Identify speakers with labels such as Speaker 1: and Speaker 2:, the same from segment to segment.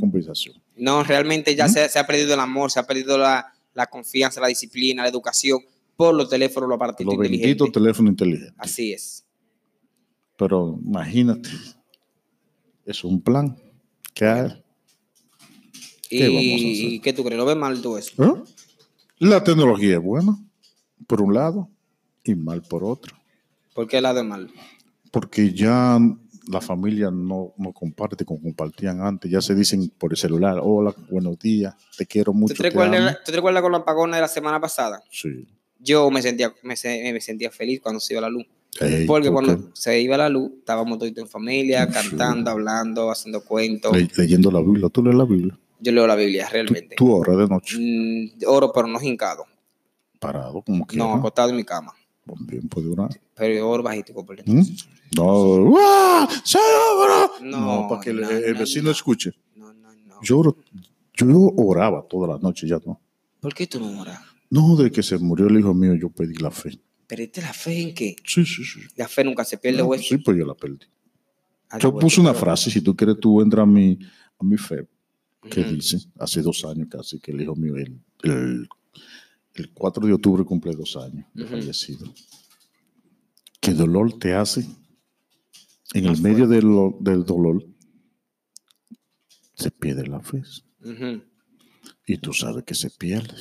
Speaker 1: organización.
Speaker 2: No, realmente ya ¿Mm? se, se, ha perdido el amor, se ha perdido la, la, confianza, la disciplina, la educación por los teléfonos, los aparatos
Speaker 1: los benditos teléfonos inteligentes.
Speaker 2: Así es.
Speaker 1: Pero imagínate, es un plan que hay.
Speaker 2: ¿Qué ¿Y vamos a hacer? qué tú crees? ¿Lo ves mal tú eso?
Speaker 1: ¿Eh? La tecnología es buena, por un lado, y mal por otro.
Speaker 2: ¿Por qué lado es mal?
Speaker 1: Porque ya la familia no, no, comparte como compartían antes. Ya se dicen por el celular, hola, buenos días, te quiero mucho.
Speaker 2: ¿Tú te, recuerdas, ¿tú te recuerdas con los apagones de la semana pasada?
Speaker 1: Sí.
Speaker 2: Yo me sentía, me, me sentía feliz cuando se iba la luz. Ey, porque ¿por cuando se iba la luz, estábamos todos en familia, sí. cantando, hablando, haciendo cuentos.
Speaker 1: Le, leyendo la Biblia, tú lees la Biblia.
Speaker 2: Yo leo la Biblia, realmente.
Speaker 1: ¿Tú, tú oras de noche?
Speaker 2: Mm, oro, pero no hincado.
Speaker 1: ¿Parado? como que?
Speaker 2: Mm. No, era? acostado en mi cama.
Speaker 1: Buen tiempo de orar.
Speaker 2: Pero yo oro bajito, por
Speaker 1: ¿Mm? No, ¡Ah! no, no, para que no, el, el, vecino
Speaker 2: no.
Speaker 1: escuche.
Speaker 2: No, no, no.
Speaker 1: Yo, oro, yo oraba toda la noche ya, ¿no?
Speaker 2: ¿Por qué tú no oras?
Speaker 1: No, de que se murió el hijo mío, yo pedí la fe.
Speaker 2: ¿Perdiste la fe en qué?
Speaker 1: Sí, sí, sí.
Speaker 2: La fe nunca se pierde, güey.
Speaker 1: sí, pues yo la perdí. Ah, yo puse una frase, si tú quieres, tú entra a mi, a mi fe, que mm. dice, hace dos años casi, que el hijo mío, el, el, el 4 de octubre cumple dos años de mm -hmm. fallecido. ¿Qué dolor te hace en el medio del, del, dolor se pierde la fe. Uh -huh. Y tú sabes que se pierde.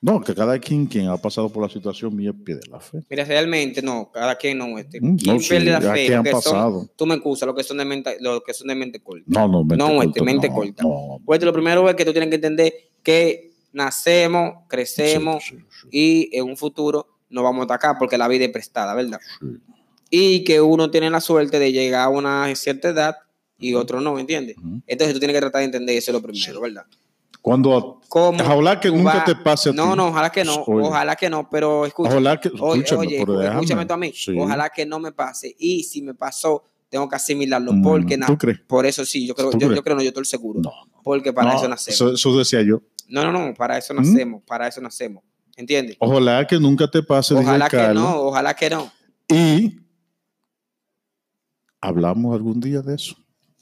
Speaker 1: No, que cada quien quien ha pasado por la situación mía pierde la fe.
Speaker 2: Mira, realmente no, cada quien no. Este,
Speaker 1: Mm, no, ¿quién sí,
Speaker 2: pierde la fe?
Speaker 1: Que han
Speaker 2: que
Speaker 1: pasado.
Speaker 2: Son, tú me excusas, lo que son de mente, lo que son de mente corta.
Speaker 1: No, no, mente
Speaker 2: no,
Speaker 1: corta,
Speaker 2: este, mente
Speaker 1: no,
Speaker 2: corta. No, pues lo primero es que tú tienes que entender que nacemos, crecemos sí, sí, y en un futuro nos vamos a atacar porque la vida es prestada, ¿verdad? y que uno tiene la suerte de llegar a una cierta edad y otro no, ¿entiendes? Uh -huh. Entonces tú tienes que tratar de entender eso lo primero, sí. ¿verdad?
Speaker 1: Cuando
Speaker 2: ¿Cómo
Speaker 1: ojalá que nunca va? te pase a
Speaker 2: No, ti. no, ojalá que no, oye. ojalá que no, pero escucha.
Speaker 1: Ojalá que escúchame,
Speaker 2: oye,
Speaker 1: oye,
Speaker 2: escúchame tú a mí. Sí. Ojalá que no me pase y si me pasó tengo que asimilarlo no,
Speaker 1: Mm,
Speaker 2: porque no, ¿tú crees? por eso sí, yo creo yo, yo, creo no, yo estoy seguro. No. Porque para
Speaker 1: no,
Speaker 2: eso nacemos.
Speaker 1: Eso, eso, decía yo.
Speaker 2: No, no, no, para eso nacemos, ¿Mm? para eso nacemos. ¿Entiendes?
Speaker 1: Ojalá que nunca te pase
Speaker 2: Ojalá que Carlos. no, ojalá que no.
Speaker 1: Y hablamos algún día de eso.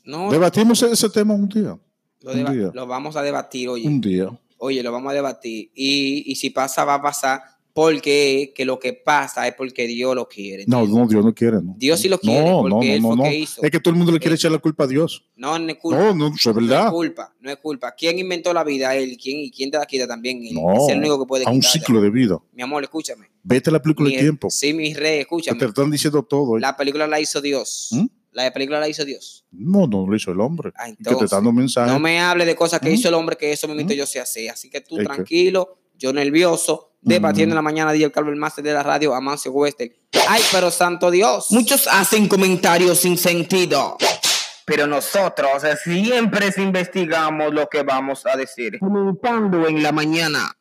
Speaker 2: No,
Speaker 1: Debatimos ese tema un día.
Speaker 2: Lo,
Speaker 1: un día.
Speaker 2: lo vamos a debatir, oye.
Speaker 1: Un día.
Speaker 2: Oye, lo vamos a debatir. Y, y si pasa, va a pasar. Porque que lo que pasa es porque Dios lo quiere.
Speaker 1: No, no, Dios no quiere. No.
Speaker 2: Dios sí lo quiere.
Speaker 1: No,
Speaker 2: porque
Speaker 1: no,
Speaker 2: él
Speaker 1: no,
Speaker 2: fue
Speaker 1: no.
Speaker 2: Que hizo.
Speaker 1: Es que todo el mundo le quiere echar la culpa a Dios.
Speaker 2: No, no es culpa.
Speaker 1: No, no, eso es verdad.
Speaker 2: No es culpa, no es culpa. ¿Quién inventó la vida? Él. ¿Quién, ¿Y quién te la quita también? Él.
Speaker 1: No,
Speaker 2: es el único que puede
Speaker 1: a un
Speaker 2: quitarte.
Speaker 1: ciclo de vida.
Speaker 2: Mi amor, escúchame.
Speaker 1: Vete a la película de
Speaker 2: Mi-
Speaker 1: tiempo.
Speaker 2: Sí, mi rey, escúchame.
Speaker 1: Te están diciendo todo. ¿eh?
Speaker 2: La película la hizo Dios.
Speaker 1: ¿Mm?
Speaker 2: La de película la hizo Dios.
Speaker 1: No, no lo hizo el hombre.
Speaker 2: Ah,
Speaker 1: Y que te
Speaker 2: entonces,
Speaker 1: está dando mensajes.
Speaker 2: No me hable de cosas que
Speaker 1: ¿Mm?
Speaker 2: hizo el hombre, que eso mismo yo sé hacer. Así que tú
Speaker 1: Es que-
Speaker 2: tranquilo, yo nervioso,
Speaker 1: Mm.
Speaker 2: debatiendo en la mañana, DJ Carlos Máster de la radio, Amancio Wester. ¡Ay, pero santo Dios!
Speaker 3: Muchos hacen comentarios sin sentido. Pero nosotros siempre investigamos lo que vamos a decir. Comentando en la mañana.